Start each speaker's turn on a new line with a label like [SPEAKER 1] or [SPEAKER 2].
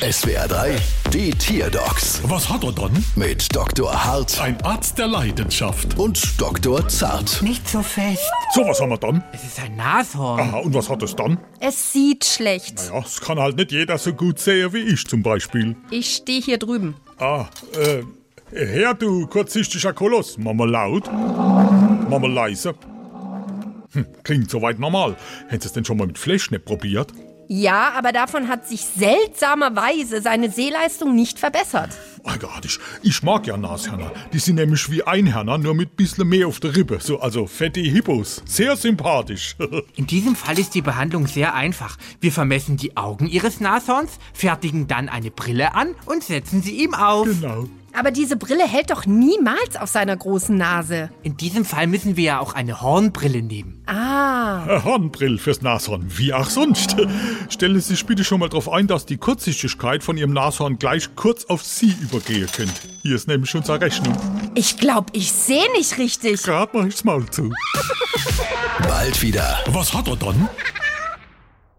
[SPEAKER 1] SWR 3, die Tierdocs
[SPEAKER 2] Was hat er dann?
[SPEAKER 1] mit Dr. Hart
[SPEAKER 2] Ein Arzt der Leidenschaft.
[SPEAKER 1] und Dr. Zart.
[SPEAKER 3] Nicht so fest.
[SPEAKER 2] So, was haben wir dann?
[SPEAKER 3] Es ist ein Nashorn.
[SPEAKER 2] Aha, und was hat es dann?
[SPEAKER 4] Es sieht schlecht.
[SPEAKER 2] Ja, es kann halt nicht jeder so gut sehen wie ich zum Beispiel.
[SPEAKER 4] Ich stehe hier drüben.
[SPEAKER 2] Ah, äh, her du kurzsichtiger Koloss. Mama laut, Mama leise. Hm, klingt soweit normal. Hättest du es denn schon mal mit Fleischknepp probiert?
[SPEAKER 4] Ja, aber davon hat sich seltsamerweise seine sehleistung nicht verbessert.
[SPEAKER 2] Eigenartig. Ah, Ich mag ja Nashörner. Die sind nämlich wie Einhörner, nur mit bissle mehr auf der Rippe. So, also fette Hippos. Sehr sympathisch.
[SPEAKER 3] In diesem Fall ist die Behandlung sehr einfach. Wir vermessen die Augen ihres Nashorns, fertigen dann eine Brille an und setzen sie ihm auf.
[SPEAKER 2] genau.
[SPEAKER 4] Aber diese Brille hält doch niemals auf seiner großen Nase.
[SPEAKER 3] In diesem Fall müssen wir ja auch eine Hornbrille nehmen.
[SPEAKER 4] Ah,
[SPEAKER 2] Eine Äh, Hornbrill fürs Nashorn, wie auch sonst. Stelle sich bitte schon mal darauf ein, dass die Kurzsichtigkeit von Ihrem Nashorn gleich kurz auf Sie übergehen könnte. Hier ist nämlich unsere Rechnung.
[SPEAKER 4] ich glaube, ich sehe nicht richtig.
[SPEAKER 2] Gerade mache ich's Maul zu.
[SPEAKER 1] Bald wieder.
[SPEAKER 2] Was hat er dann?